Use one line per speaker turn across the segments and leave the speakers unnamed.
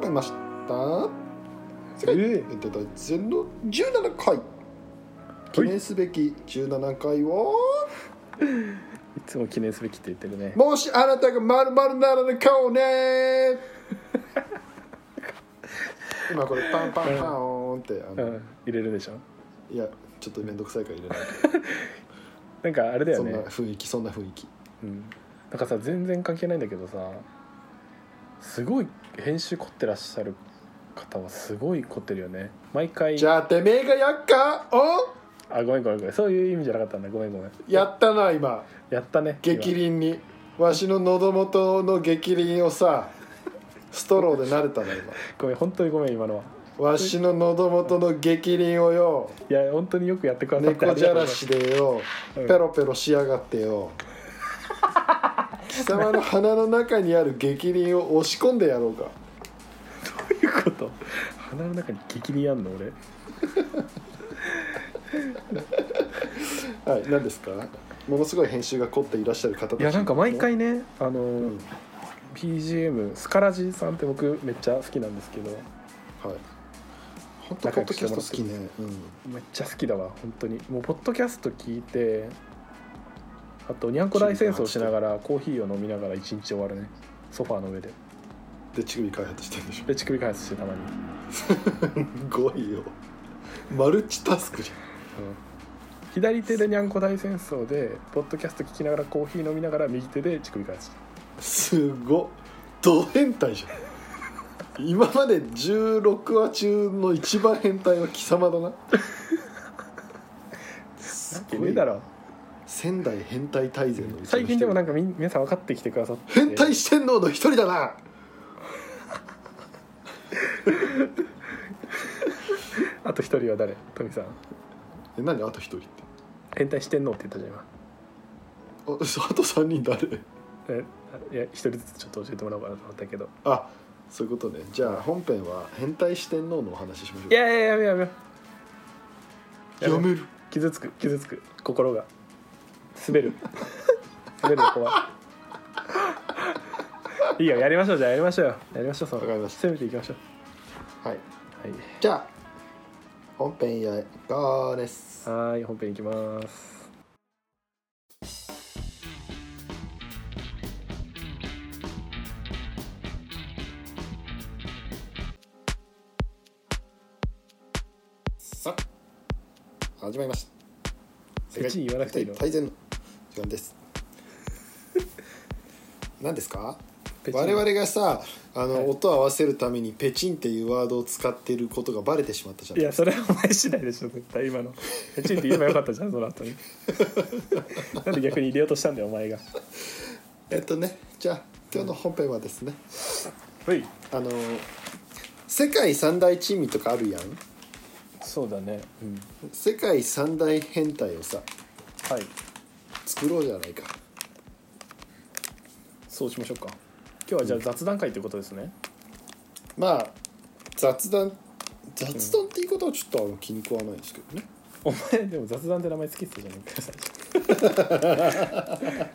がいました世界
え
エンタ大全の17回記念すべき17回を
いつも記念すべきって言ってるね
もしあなたがまるまるならぬ顔ね 今これパンパンパーンってあ
う
の、
ん入れるでしょ
いやちょっと面倒くさいから入れない
なんかあれだ
けどそ
よ
んな
ね
雰囲気そんな雰囲気
うんなんかさ全然関係ないんだけどさすごい編集凝ってらっしゃる方はすごい凝ってるよね毎回
じゃあてめえがやっかお
あごめんごめんごめんそういう意味じゃなかったんだごめんごめん
やったな今
やったね
激鱗にわしの喉元の激鱗をさストローで慣れたな今
今ごめん本当にごめん今のは
わしの喉元の激鱗をよ
いや本当によくやってくださって
猫じゃら
あ
しでよ
うん
ペロペロしやがってよ貴様の鼻の中にある激鱗を押し込んでやろうか
りがとうどういうこと鼻の中に激にあんの俺
はい何ですかものすごい編集が凝っていらっしゃる方たち
いやなんか毎回ねあの、
うん、
BGM スカラジさんって僕めっちゃ好きなんですけど
はい本当ポッドキャスト好きね、う
めっちゃ好きだわ本当にもうポッドキャスト聞いてあとにゃんこ大戦争しながらコーヒーを飲みながら一日終わるねソファーの上で
ん、で乳首開発してるんでしょ
で乳首開発してたまに、
す
う
ごいよマルチタスクじ
ん左手でにゃんこ大戦争でポッドキャスト聞きながらコーヒー飲みながら右手で乳首開発して
ゃんすごっド変態じゃん今まで16話中の一番変態は貴様だな
た
す
な
ご
ねえ
い
だろ
仙台変態大全のうちの一人
最近でもなんかみん皆さん分かってきてくださって
変態四天王の一人だな
あと一人は誰トミさん
え何あと一人って
変態してんのって言ったじゃん今
あ嘘あと3人誰
えいや一人ずつちょっと教えてもらおうかなと思ったけど
あそういうことねじゃあ本編は変態四天王のお話ししましょう
いやいややめようやめよう
や
やめよ
める
う傷つく傷つく心が滑る滑るの怖いいいよやりましょうじゃあやりましょうよやりましょうその
わかりました
攻めていきましょう
はい
はい
じゃあ本編やゴーです
はーい本編いきます
さあ始まりました
世界一言わなくていいの
大全の時間です 何ですか
ペチン
我々がさあの、
はい
音を合わせるために「ペチン」っていうワードを使ってることがバレてしまったじゃん
いやそれはお前次第でしょ絶対今のペチンって言えばよかったじゃんその後になんで逆に入れようとしたんだよお前が
えっとねじゃあ今日の本編はですね、
はい
あの世界三大珍味とかあるやん
そうだねうん
世界三大変態をさ
はい
作ろうじゃないか
そうしましょうか今日はじゃあ雑談会ということですね、
まあ雑談雑談っていうことはちょっとあの気に食わないですけどね、
お前でも雑談って名前つけてたじゃねえか最初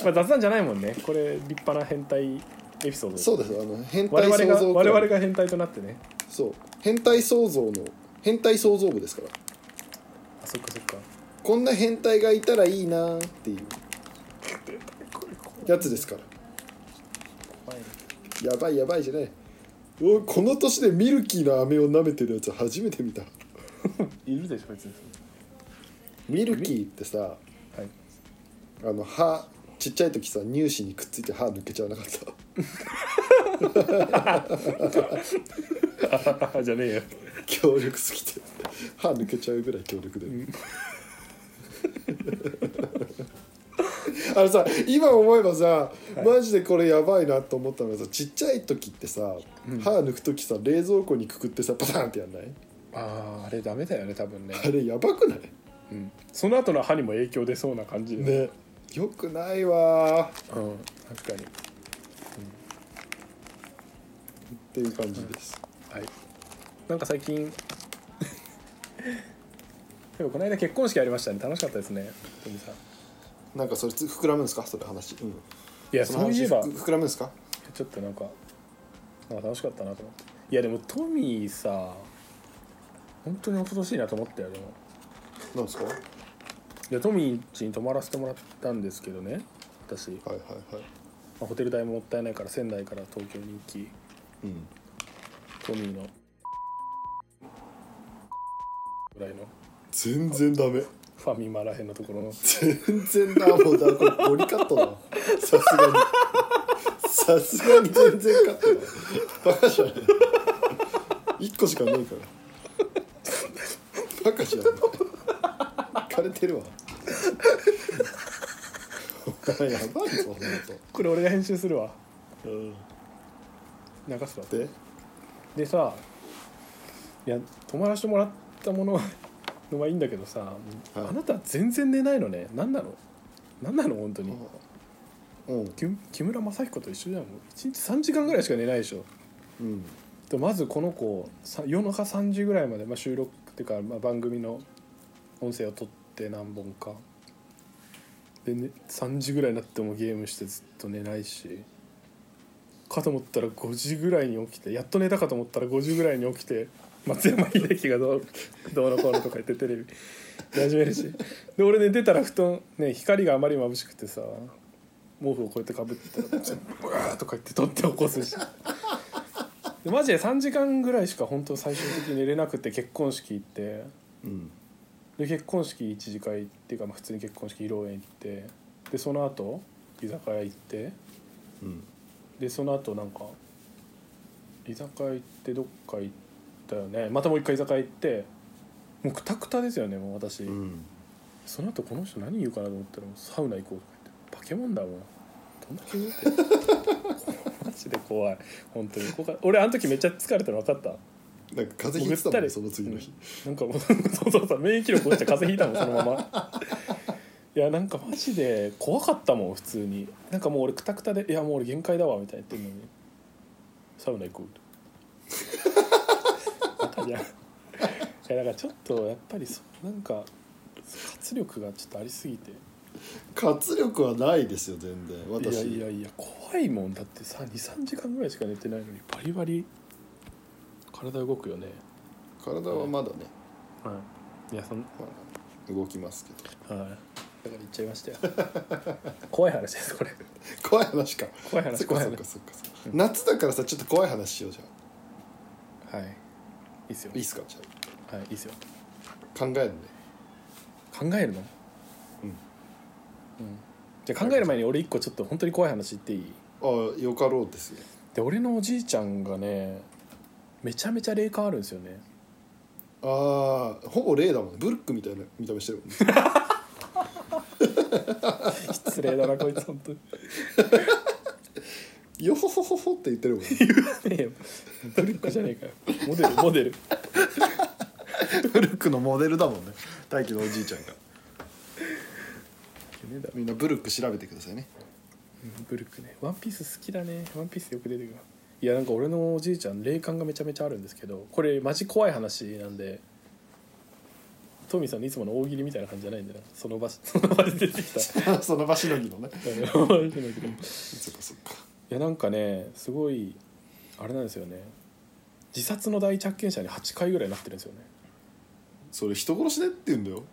まあ雑談じゃないもんねこれ立派な変態エピソード
そうですあの変
我
態
々
創造
が我々が変態となってね
そう変態創造の変態創造部ですから
あそっかそっか
こんな変態がいたらいいなっていうやつですから
怖い
やばいやばいじゃないおいこの年でミルキーの飴を舐めてるやつ初めて見た
いるでしょ別に
ミルキーってさ
はい
あの歯ちっちゃい時さ乳歯にくっついて歯抜けちゃわなかった
あじゃねえよ
強力すぎて歯抜けちゃうぐらい強力で、 あれさ今思えばさ、マジでこれやばいなと思ったのがさちっちゃい時ってさ、歯抜く時さ冷蔵庫にくくってさパターンってやんない
あああれダメだよね多分ね
あれやばくない
うんその後の歯にも影響出そうな感じ
ねよくないわー
うん確かに
っていう感じです、
はいなんか最 近でもこの間結婚式ありましたね楽しかったですねトミさん
なんかそれつ膨らむんですかそれ話、うん、
いや
その
そう
話
いえば
ふ膨らむんですか
ちょっとなんかなんか楽しかったなと思っていやでもトミーさ本当に恐ろしいなと思ったよでも
なんですかはい
やトミー家に泊まらせてもらったんですけどね私、ま
いはいはい
あホテル代ももったいないから仙台から東京に行き
うん
トミーのぐらいの
全然ダメ
ファミマらへんのところの
全然ダメもうだこれゴリカットだわさすがにさすがに全然カットだわバカじゃない1個しかねえからバカじゃない枯れてるわお前やばいぞほん
これ俺が編集するわ
とうん
流すわ
で
でさいや泊まらせてもらったもののはいいんだけどさ、あなたは全然寝ないのね何なの何なの本当に
うん
木木村正彦と一緒じゃんもう一日3時間ぐらいしか寝ないでしょ
うん
でまずこの子さ夜中3時ぐらいまで、まあ、収録っていうか、まあ、番組の音声を撮って何本かで、ね、3時ぐらいになってもゲームしてずっと寝ないしかと思ったら5時ぐらいに起きてやっと寝たかと思ったら5時ぐらいに起きて松山英樹がどう どうのこうのとか言ってテレビ出始めるしで俺寝てたら布団ね光があまり眩しくてさ毛布をこうやってかぶってたら「ブワー」とか言って取って起こすし。でマジで3時間ぐらいしか本当最終的に寝れなくて結婚式行って
うん
で結婚式一次会っていうかまあ普通に結婚式披露宴行ってでその後居酒屋行って
うん
でその後なんか居酒屋行ってどっか行ったよねまたもう一回居酒屋行ってもうくたくたですよねもう私、
うん
その後この人何言うかなと思ったらもうサウナ行こうとか言ってバケモンだもんどんだけ言うてんの マジで怖い本当にここが俺あの時めっちゃ疲れたの分かった
なんか風邪ひいてたもんねその次の日、
うんなんかもうそうそうそう免疫力落ちて風邪ひいたもんそのままいやなんかマジで怖かったもん普通になんかもう俺クタクタで「いやもう俺限界だわ」みたいな言ってんのに「サウナ行こう」とまたじゃんいやだからちょっとやっぱりそうなんか活力がちょっとありすぎて
活力はないですよ全然
いや
私
いやいや怖いもんだってさ23時間ぐらいしか寝てないのにバリバリ体動くよね
体はまだね、
はいいやそん
まあ、動きますけ ど
はい。だから言っちゃいましたよ。 怖い話ですこれ。
怖い話か
怖い
そ
話
っか
怖
そ
い
っ
話。
かそっかそっか、夏だからさちょっと怖い話しようじゃん
はい。いいっすよ。
いい
は
っすかじゃあ
いいいっすよ。
考えるね
考えるの。
うん
うん。じゃあ考える前に俺一個ちょっと本当に怖い話言っていい？
ああよかろうですよ
で俺のおじいちゃんがねめちゃめちゃ霊感あるんですよね。
ああほぼ霊だもんねブルックみたいな見た目してるも んね
失礼だなこいつ本 当に。
よほほほほって言ってるもんね
ねえよブルックじゃねえかよ。モデルモ デル。
ブルックのモデルだもんね大輝のおじいちゃんが
ねえだろ
みんなブルック調べてくださいね
うんブルックね。ワンピース好きだね。ワンピースよく出てくるわ。いやなんか俺のおじいちゃん霊感がめちゃめちゃあるんですけどこれマジ怖い話なんでトミーさんのいつもの大喜利みたいな感じじゃないんだなその場し その場で出てき た
その場しのぎのね
あのい
そっかそっか
やなんかねすごいあれなんですよね自殺の第一発見者に8回ぐらいなってるんですよね
それ人殺しねって言うんだよ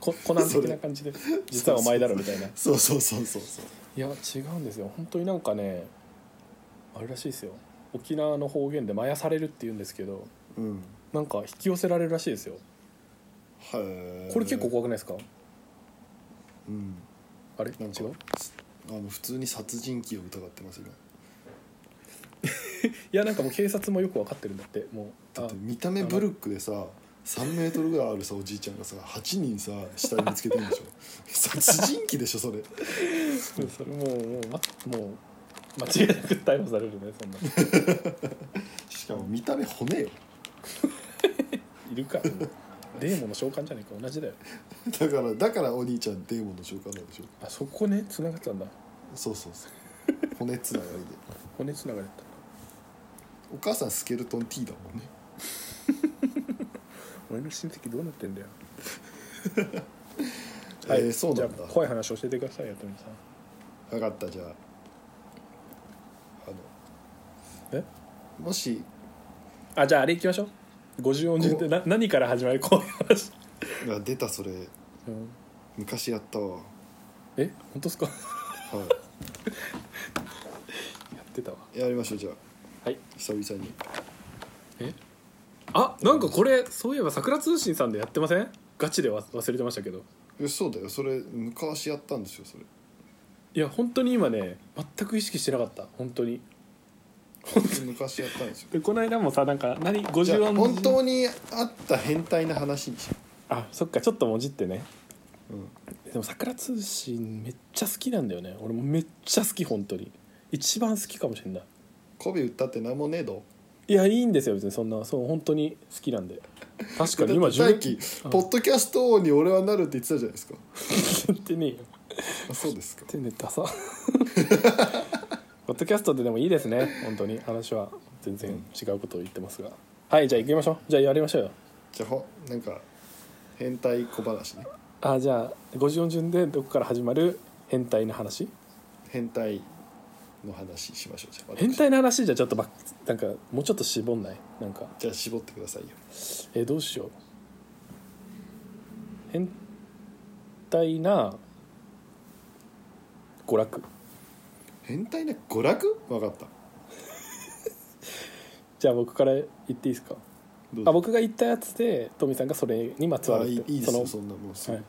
こコナン的な感じで実はお前だろみたいな
そうそうそうそうそう
いや違うんですよ本当になんかねあれらしいですよ沖縄の方言で「まやされる」って言うんですけど
うん
なんか引き寄せられるらしいですよ
へえ
これ結構怖くないですか
うん
あれ違
なんか
う
あの普通に殺人鬼を疑ってます今
いやなんかもう警察もよく分かってるんだってもう
だ
あ
って見た目ブルックでさ3メートルぐらいあるさおじいちゃんがさ8人さ死体見つけてるんで しょ殺人鬼でしょそれ
そうそれもうもう,、ま、もう間違いなく逮捕されるねそんな
しかも見た目骨よ
いるかもうデーモンの召喚じゃねえか同じだよ
だからだからお兄ちゃんデーモンの召喚なんでしょ
あそこね繋がってたんだ
そうそうそう骨つながりで
骨繋がれてた
お母さんスケルトン T だもんね
俺の親戚どうなってんだよ
えーそうなんだ
じゃあ怖い話教えてくださいよ富さん
分かったじゃああの
え
もし
あじゃああれ行きましょう50音順ってな何から始まるこういう話、
あ出たそれ
うん、
昔やったわは
え本当ですかやってたわ
いやりましょうじゃあ
はい
久々に
えあなんかこれそういえば桜通信さんでやってませんガチでわ忘れてましたけど
えそうだよそれ昔やったんですよそれ
いや本当に今ね全く意識してなかった本当に
昔やったんですよ
でこの間もさなんか何
じゃ
50
あ
音
本当にあった変態な話にしよ
あそっかちょっともじってね
う、うん、
でも桜通信めっちゃ好きなんだよね俺もめっちゃ好き本当に一番好きかもしれない
媚び売ったって何もねえど
いやいいんですよ別にそんなそう本当に好きなんで確かに今
今
自
さっ
分
きポッドキャスト王に俺はなるって言ってたじゃないですか
言ってねえよ
あそうですか
手ネタさ ポッドキャストででもいいですね本当に話は全然違うことを言ってますが、はいじゃあ行きましょうじゃあやりましょうよ
じゃあほなんか変態小話ね
あじゃあ54順でどこから始まる変態の話
変態の話しましょうじゃあ私
変態の話じゃちょっとばっなんかもうちょっと絞んないなんか
じゃあ絞ってくださいよ
えーどうしよう変態な娯楽
変態な娯楽分かった
じゃあ僕から言っていいですか
どうぞ
あ僕が言ったやつでトミさんがそれにまつわる
あ
っ
い
て
いいいです
そ
よ
の
そんなもうす
は
ぐ、
い、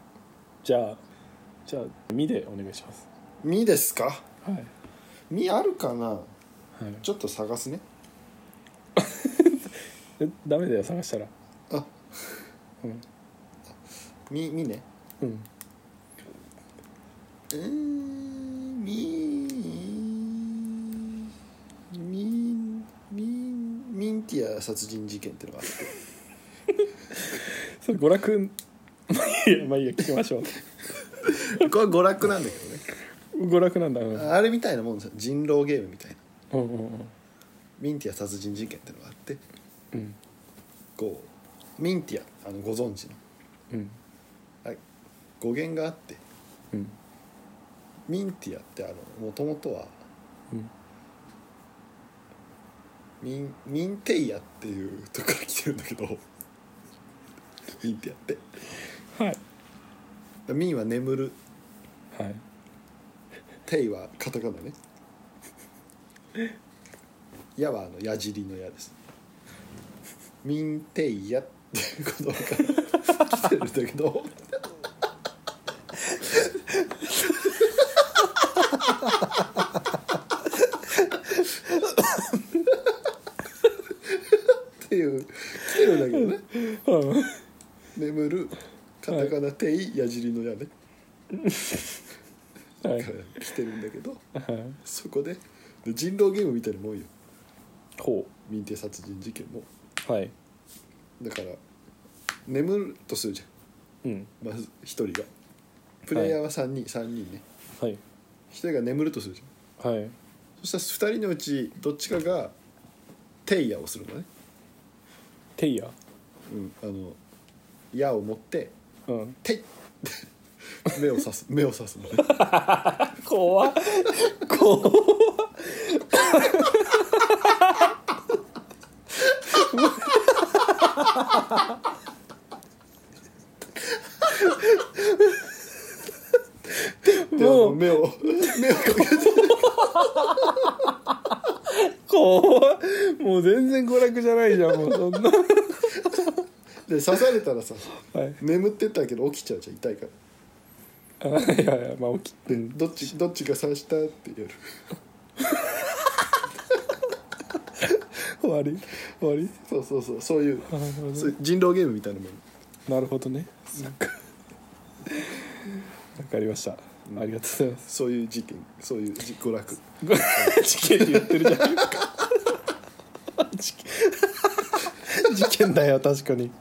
じゃあじゃあ「み」でお願いします
身ですか
はい、はい、
身あるかなちょっと探すね
えダメだよ探したら
あ
うん
身身ね
うん
うーん身身身ミンティア殺人事件ってのがあって
それ娯楽 まあいいやまあいいや聞きましょう
これは娯楽なんだけどね
娯楽なんだうんうん
あれみたいなもんですよ人狼ゲームみたいな
うん
ミンティア殺人事件ってのがあって
うん
こうミンティアあのご存知の
うん
あ語源があって
うん
ミンティアってあのもともとは
うん
ミンミンテイアっていうとこから来てるんだけどミンティアって
はい
ミンは眠る
はい
テイはカタカナね矢はあの矢尻の矢ですミンテイヤっていう言葉から来てるんだけどっていう来てるんだけどね
うん
眠るカタカナテイ矢尻の矢ね
は
から来てるんだけど
いはい
そこでで人狼ゲームみたいなもんよ
ほ
民定殺人事件も
うはい
だから眠るとするじ
うん
ゃんまず1人がプレイヤーは3人、三人ね
はい
1人が眠るとするじゃん
はい
そしたら2人のうちどっちかがテイヤをするのね、
テイヤ
うん、あの矢を持って
うん
テイって 目を刺す目を刺すの ね
怖っ怖っ
であ
も
の
う
目を目をかけて
怖っもう全然娯楽じゃないじゃんもうそんなは
で刺されたらさ
い
眠ってたけど起きちゃうじゃん痛いから
あいやいやまあ起きて
でどっちどっちが刺したってやる
終わり終わり
そうそうそうそういう
なるほ
そう
ど
いう人狼ゲームみたいなもん
なるほどねわかりました、ありがとうございます
そういう事件そういう事娯楽
ご事件言ってるじゃ ないか事件事件だよ確かに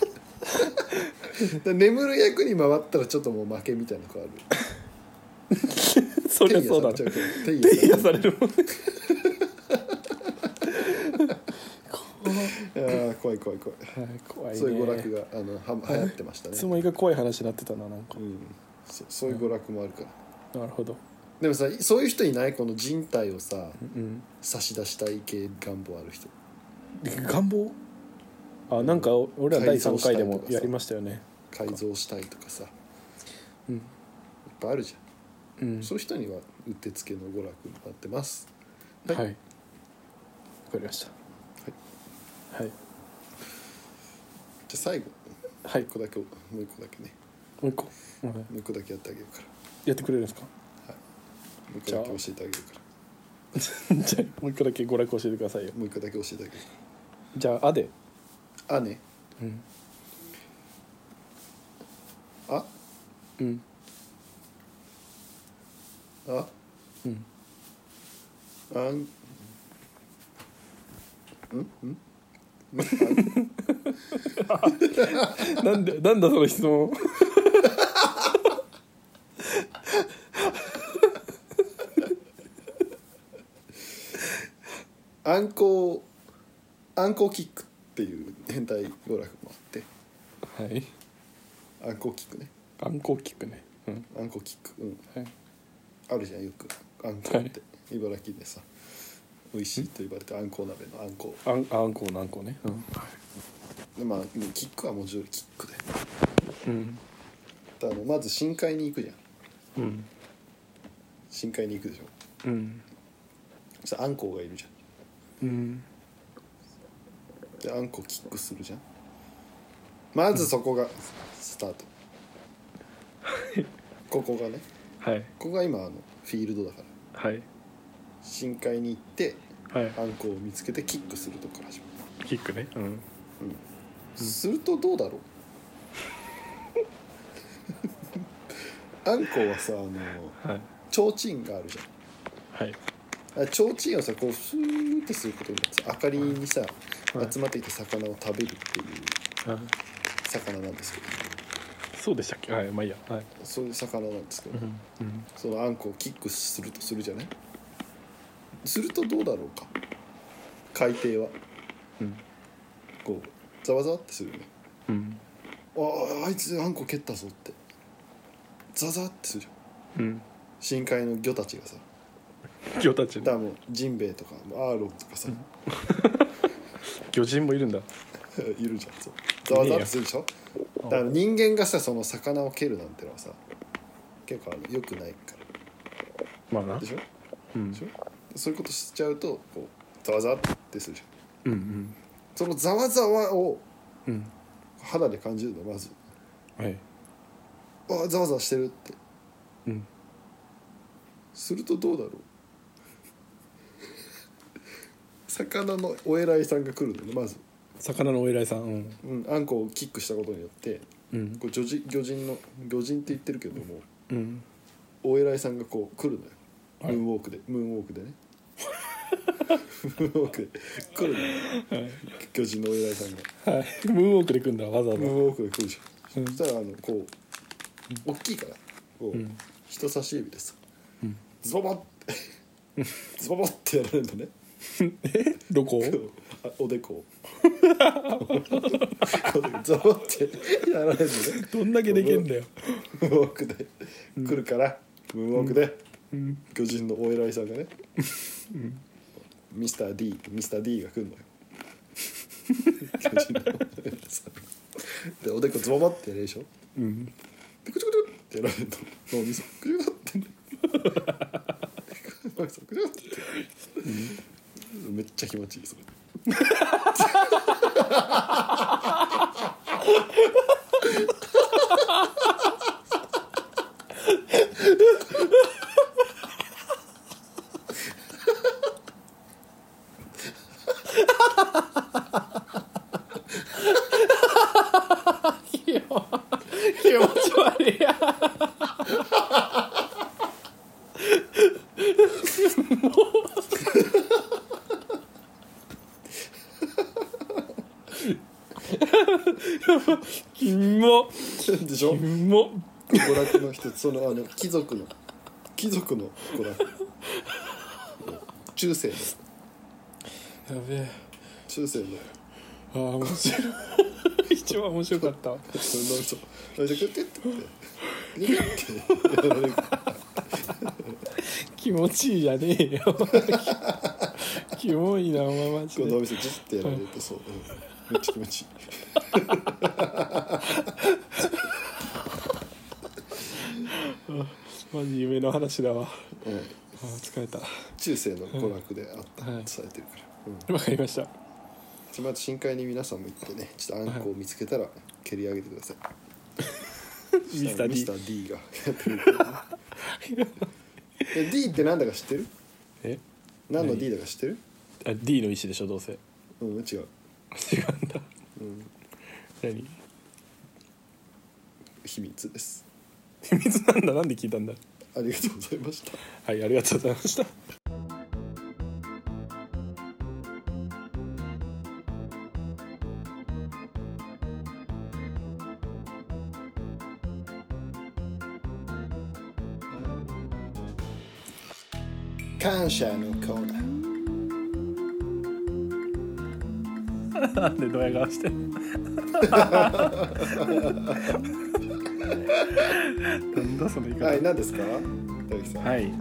だから眠る役に回ったらちょっともう負けみたいなのがある
そりゃそうだ
手
ろ
癒されちゃうから手
手
癒
癒
さ
されるもんね
れちゃうあー怖い怖い怖い
はい怖いね
そういう娯楽があのは流行ってました
い
ね
つもいが怖い話になってたななんか
うん、そそういう娯楽もあるから
なるほど
でもさそういう人いないこの人体をさ
うん
差し出したい系願望ある人
願望あなんかお俺ら第
改造
3
したい
回で
とかさ
もやりましたよね
改造したいとかさいっ
うん、
ぱいあるじゃ
うん
ん、そういう人にはうってつけの娯楽になってます
は
はいい
わ、かりましたはい
じゃあ最後
はい
一個だけもう一個だけね
もう一個はい
もう一個だけやってあげるから
やってくれるんですか
もう一個だけ教えてあげるから
じゃあもう一個だけ娯楽教えてくださいよ
もう一個だけ教えてあげる
じゃあ「あ」で
あね
うん
あ
うん
あ
うん
あんんん
なんでなんだその質問
あんこあんこキックっていう変態娯楽もあって
はい
あんこキックね
観光キックねうん
あんこキックうん
はい
あるじゃんよくあんこって茨城でさ美味しいと言われてあんこ鍋のあんこ
あんあんこなんこねうん、
でまあもうキックはもう十分キックで
うん
だからあのまず深海に行くじゃん
うん
深海に行くでしょ
うん
そしたらあんこがいるじゃん
うん
であんこキックするじゃんまずそこがスタートここがね
はい
ここが今あのフィールドだから
はい
深海に行って
はい
あんこを見つけてキックするとこから始まる
キックねうん
するとどうだろう あんこはさあの
はい
提灯があるじ
はい
ゃんあ提灯をさこうスーッてすることによってさ明かりにさ、
はい
集まってきた魚を食べるっていう魚なんですけど
そうでしたっけはいまあいいやはい
そういう魚なんですけど、
んうん
そのあんこをキックするとするじゃないするとどうだろうか海底は
うん
こうざわざわってするよね
うん
あああいつあんこ蹴ったぞってザザってするじゃん
うん
深海の魚たちがさ
魚たち
だからもうジンベエとかアーロンとかさ、
魚人もいるんだ
いるじゃんそうざわざわってするでしょだから人間がさその魚を蹴るなんてのはさ結構あの良くないか
まあな
らでしょ
うん
でしょそういうことしちゃうとこうざわざわってするじゃん
うん
そのざわざわを
うんうん
肌で感じるのまず
はい
あざわざわしてるって
うん
するとどうだろう 魚のお偉いさんが来るのねまず、
魚のお偉いさんうん
うん、あんこをキックしたことによって
うん
こう魚人魚人の魚人って言ってるけども
うん
お偉いさんがこう来るのよム
はい
ーンウォークでムーンウォークでねムーンウォークで来るのよ
はい
魚人のお偉いさんが
はいムーンウォークで来るんだわざわざ
ムーンウォークで来るじゃん、
うん
そしたらあのこう大きいからこう、
ん
人差し指でさ、
うん
ズボボって ズボボってやられるのね
えどこ
あおでこをザボってやられる
どんだけできんだよ
のねムーンウォークで来るから、ムーンウォークで、巨人のお偉いさんがね、ミスター D ミスター D が来るのよ巨人のお偉いさんがでおでこズボボってやるでしょ
うん
でクチュクチュってやられるの脳みそクチュ クチュってね脳みそクチュクチュってめっちゃ気持ちいいそれ。
気持ち悪い やキモ
でしょ
キモ
娯楽の一つそのあの貴族の貴族の娯楽中世の
やべえ
中世の
あー面白い 一番面白かった
そんな嘘最初クッてってってやられる
気持ちいいじゃねえよ キモいなお前マジ
このお
で
店ジュッてやられてそう、うんめっちゃ気持ちいい
マジ夢の話だわ
うん
あー疲れたわ
中世の娯楽であった
はい
とされてるから、うん
かりました
ちょまた深海に皆さんも行ってねちょっとあんこを見つけたら蹴り上げてください、
ミスター D
ミスター D がやってるからねえ D ってなんだか知ってる
え
何の D だか知ってる
あ D の石でしょどうせ違
うん違う
うんだ
うん
何
秘密です
秘密なんだなんで聞いたんだ
ありがとうございました
はいありがとうございました
感謝のコーナー
なんでドヤ顔し てんのなんだその言い方
はい何ですか大樹さん、
はい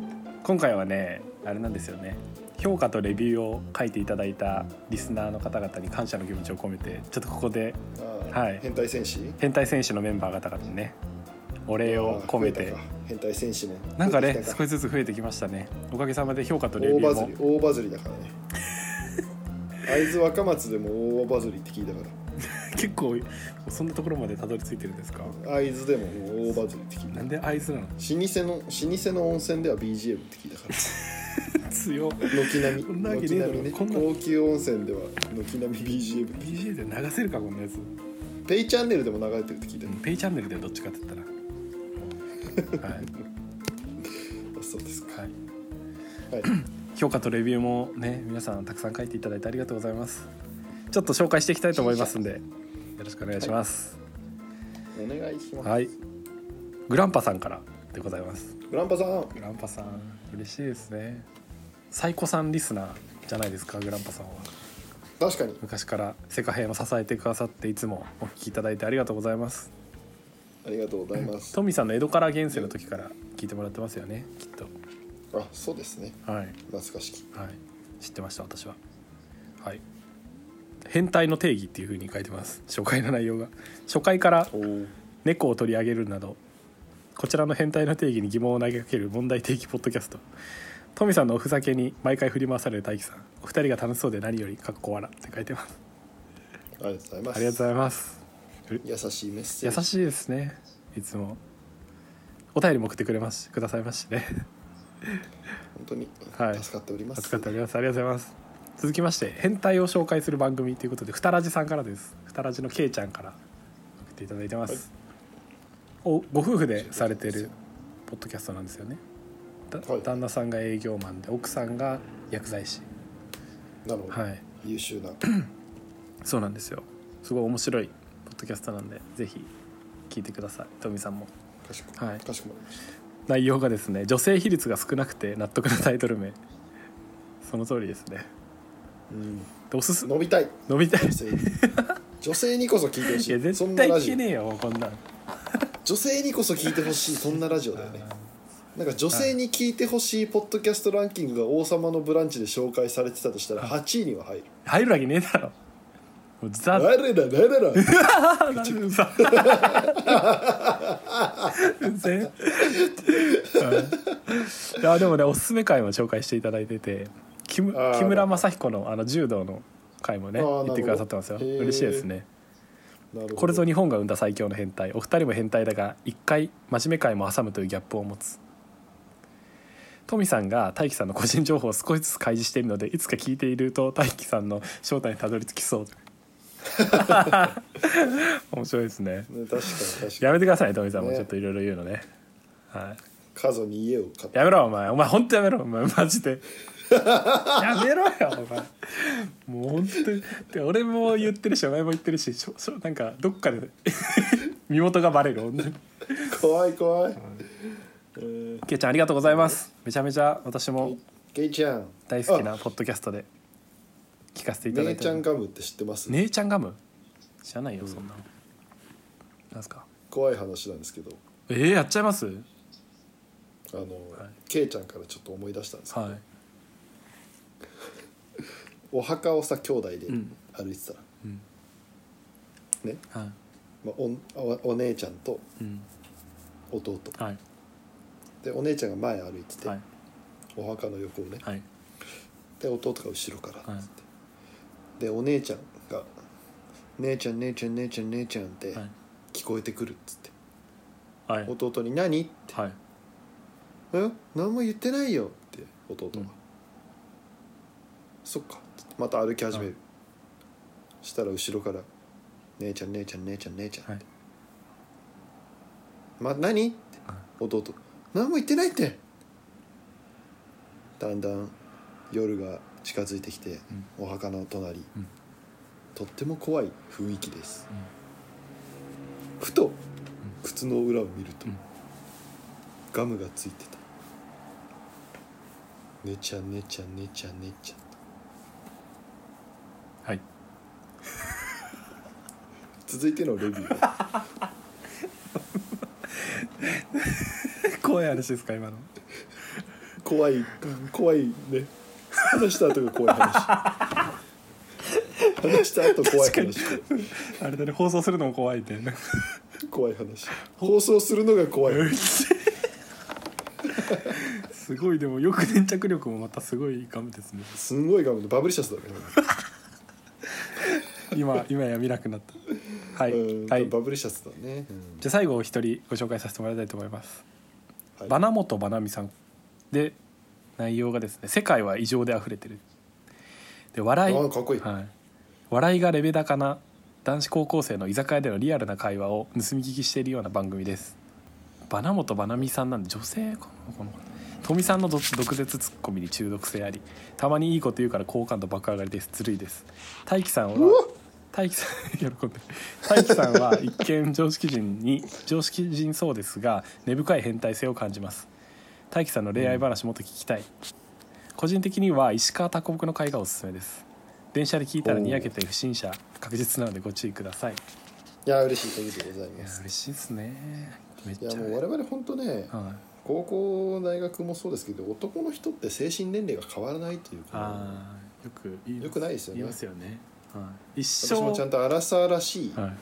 今回はねあれなんですよね評価とレビューを書いていただいたリスナーの方々に感謝の気持ちを込めてちょっとここで
あー
はい
変態戦士
変態選手のメンバー々にねお礼を込め
あー
て
増えたか変態戦士も
なんか
増え
ね
てきた
少しずつ増えてきましたねおかげさまで評価とレビ
大
ュ
バ
ー
ズ
も
り大バズりだからね 会津若松でも大バズりって聞いたか
結構そんなところまでたどり着いてるんですから
会津でももう大バズりって聞いた
な
老
んであいつら
舗
の
の老舗の温泉では BGM って聞いた から
強
軒並
こ
み
んなわけね
軒
えだろ
並みね
こんな
高級温泉では軒並み BGM
BJ で流せるかこんなやつ
ペイチャンネルでも流れてるって聞いた
う
よ
んペイチャンネルでどっちかって言 ったらは
あ
い、
そうですか
はい、
はい
評価とレビューもね皆さんたくさん書いていただいてありがとうございますちょっと紹介していきたいと思いますんでよろしくお願いします
お願いします、
はい、グランパさんからでございます
グランパさんあ
グランパさん嬉しいですねサイコさんリスナーじゃないですかグランパさんは
確かに
昔から世界編を支えてくださっていつもお聞きいただいてありがとうございます
ありがとうございます
トミさんの江戸から現世の時から聞いてもらってますよねきっと
あそうですね
はい
懐かしき
はい、知ってました私ははい変態の定義っていう風に書いてます初回の内容が初回から
おお
猫を取り上げるなどこちらの変態の定義に疑問を投げかける問題定義ポッドキャストトミさんのおふざけに毎回振り回される大輝さんお二人が楽しそうで何よりかっこ笑って書いてます
ありがとうございます
ありがとうございます
優しいメッセー
優
ジ
しいですねいつもお便りも送ってくれますくださいましてね
本当に
はい
助かっております、
扱っておりますありがとうございます続きまして変態を紹介する番組ということでふたらじさんからですふたらじのけいちゃんから送っていただいてます、おご夫婦でされてるポッドキャストなんですよねだ
はい
旦那さんが営業マンで奥さんが薬剤師
なるほど、
はい
優秀な
そうなんですよすごい面白いポッドキャストなんでぜひ聞いてくださいトミさんも
かしこ,、
はい
かしこまりました
内容がですね女性比率が少なくて納得なタイトル名その通りですね
うん
でおすす
伸びたい
伸びたい
女性に 女性にこそ聞いてほし
いや
いそ
絶
んな
対
ラ
聞
ジ
け
オ
ねえよこんなん
女性にこそ聞いてほしいそんなラジオだよねなんか女性に聞いてほしいポッドキャストランキングが「王様のブランチ」で紹介されてたとしたら8位には入る
入るわけねえだろもう
「
ザ
誰だ誰 だ」
うざうぜうんいやでもねおすすめ回も紹介していただいてて木む
あー
木村雅彦のあの柔道の回もね
あーなるほど
言ってくださってますよ
へー
嬉しいですね
なるほど
これぞ日本が生んだ最強の変態お二人も変態だが一回真面目回も挟むというギャップを持つトミさんが大輝さんの個人情報を少しずつ開示しているのでいつか聞いていると大輝さんの正体にたどり着きそう 面白いですね
ね確かに確か
や
に
めてくださいトミさんも
ね
ちょっといろいろ言うのねはい
「カゾに家を買って
やめろお前お前本当やめろお前マジで やめろよお前もう本当にで俺も言ってるしお前も言ってるししょしょなんかどっかで 身元がバレる女に
怖い怖い」えー
けいちゃんありがとうございますめちゃめちゃ私も
ケイちゃん
大好きなポッドキャストで聞かせていただ
姉
いて
ちゃんガムって知ってます、
姉ちゃんガム知らないよそんなのなんすか
怖い話なんですけど
えー、やっちゃいます
あの、
はい
ケイちゃんからちょっと思い出したんですけど、
は
お墓をさ兄弟で
うん
歩いてたら、
い、うん
ね、
は
まあ、おお姉ちゃんと
い、うん、
弟
はい、
でお姉ちゃんが前歩いてて、
はい、
お墓の横をね、
はい、
で弟が後ろからっつって、
はい
でお姉ちゃんが「姉ちゃん姉ちゃん姉ちゃん姉ちゃん」って
はい、
聞こえてくるっつって、
はい、
弟に「何?」って
はい、
「え何も言ってないよ」って弟が「
うん
そっか」つってまた歩き始める、
はい
したら後ろから「姉ちゃん姉ちゃん姉ちゃん姉ちゃん」
はい、
ま、何?」って弟「何も言ってないって」だんだん夜が近づいてきて、お墓の隣、
うん
とっても怖い雰囲気です、ふと靴の裏を見ると、
うん
ガムがついてた「ねちゃんねちゃんねちゃんねちゃん」
はい、
続いてのレビュー
怖い話ですか、今の。
怖い怖いね話した後が怖い話話した後怖い話
あれだね、放送するのも怖いって、ね。
怖い話放送するのが怖い
すごい、でも、よく粘着力もまたすごいガムですね。
すんごいガムでバブリシャスだね、
今、今や見なくなった。はい、
うん
はい。
バブリシャスだね、うん
じゃあ最後お一人ご紹介させてもらいたいと思います、
はい
バナモトバナミさんで内容がですね「世界は異常で溢れてる」で笑い
あーかっこいい
はい、笑いがレベ高な男子高校生の居酒屋でのリアルな会話を盗み聞きしているような番組ですバナモトバナミさんなんで女性かなこのトミさんのど毒舌ツッコミに中毒性ありたまにいいこと言うから好感度爆上がりですずるいです大樹さんは大樹さん喜んでる大樹さんは一見常識人に常識人そうですが根深い変態性を感じます大樹さんの恋愛話もっと聞きたい、個人的には石川啄木の会がおすすめです電車で聞いたらにやけて不審者確実なのでご注意くださいい
いや嬉しい限りでございま
や
す
嬉しいですねめっ
い
ちゃ
やもう我々本当ね
はい、
高校大学もそうですけど男の人って精神年齢が変わらないというか
ああよく言います
よくないですよね
言いますよね、はい、一生
私もちゃんとアラサーらしい、
は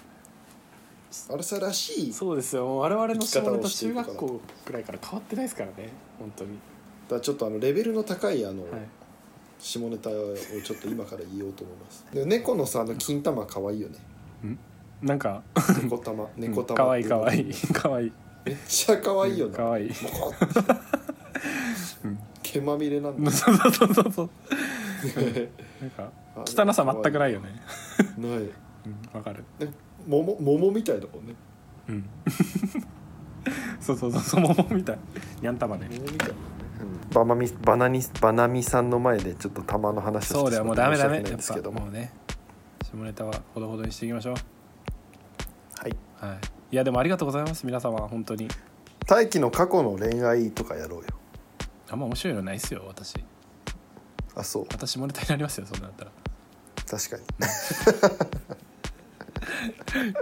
アラサーらし
い、
い
そうですよもう我々の下ネ
生き方
タ
をして
中
いくから
学校くらいから変わってないですからね本当に
だちょっとあのレベルの高いあの、
はい
下ネタをちょっと今から言おうと思いますで猫のさあの金玉可愛いよね
なんか
猫玉猫玉
かわいいかわいいかわいい
めっちゃ可愛いよ
か
な
わいい
ボコッて毛まみれなんだ
そうそうそうそうそうなんか 汚さ全くないよね
ない
うんわかる
ね桃桃みたいだもんね
うん そうそうそうそう桃みたいにゃん玉ね
桃みたいバマミバナニバナミさんの前でちょっと玉の話をして
そうだよもうダメダメ
申し訳ない
や
ん
っ
です
ぱ
けども
もうね下ネタはほどほどにしていきましょう
はい
はいいやでもありがとうございます皆様本当に
大輝の過去の恋愛とかやろうよ
あんま面白いのないっすよ私
あそう
また下ネタになりますよそんなんだったら
確かに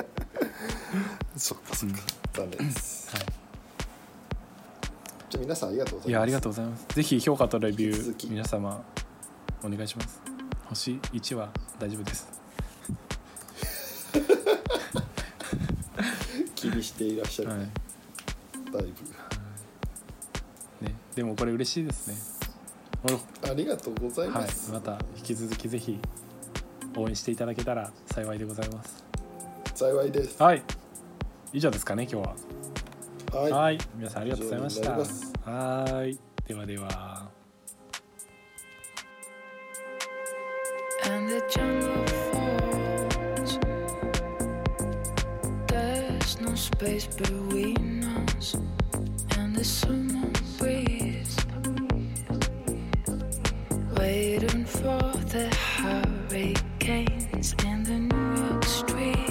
そっかそっか残念です
はい
じゃあ皆さんありがとうございます
いやありがとうございますぜひ評価とレビュ
引き続
ー
き
皆様お願いします星1は大丈夫です
気にしていらっしゃる
は
ね、
い
だい
ねでもこれ嬉しいですね
ぶありがとうござい
は
ま
い
す、
また引き続きぜひ応援していただけたら幸いでございます
幸いです
はい以上ですかね今日は
はい
はい、皆さんありがとうございまし
以
た。
上になります
はい、ではでは。
and the jungle falls. There's no space between us and the summer breeze. Waiting for the hurricanes in the New York streets. oh,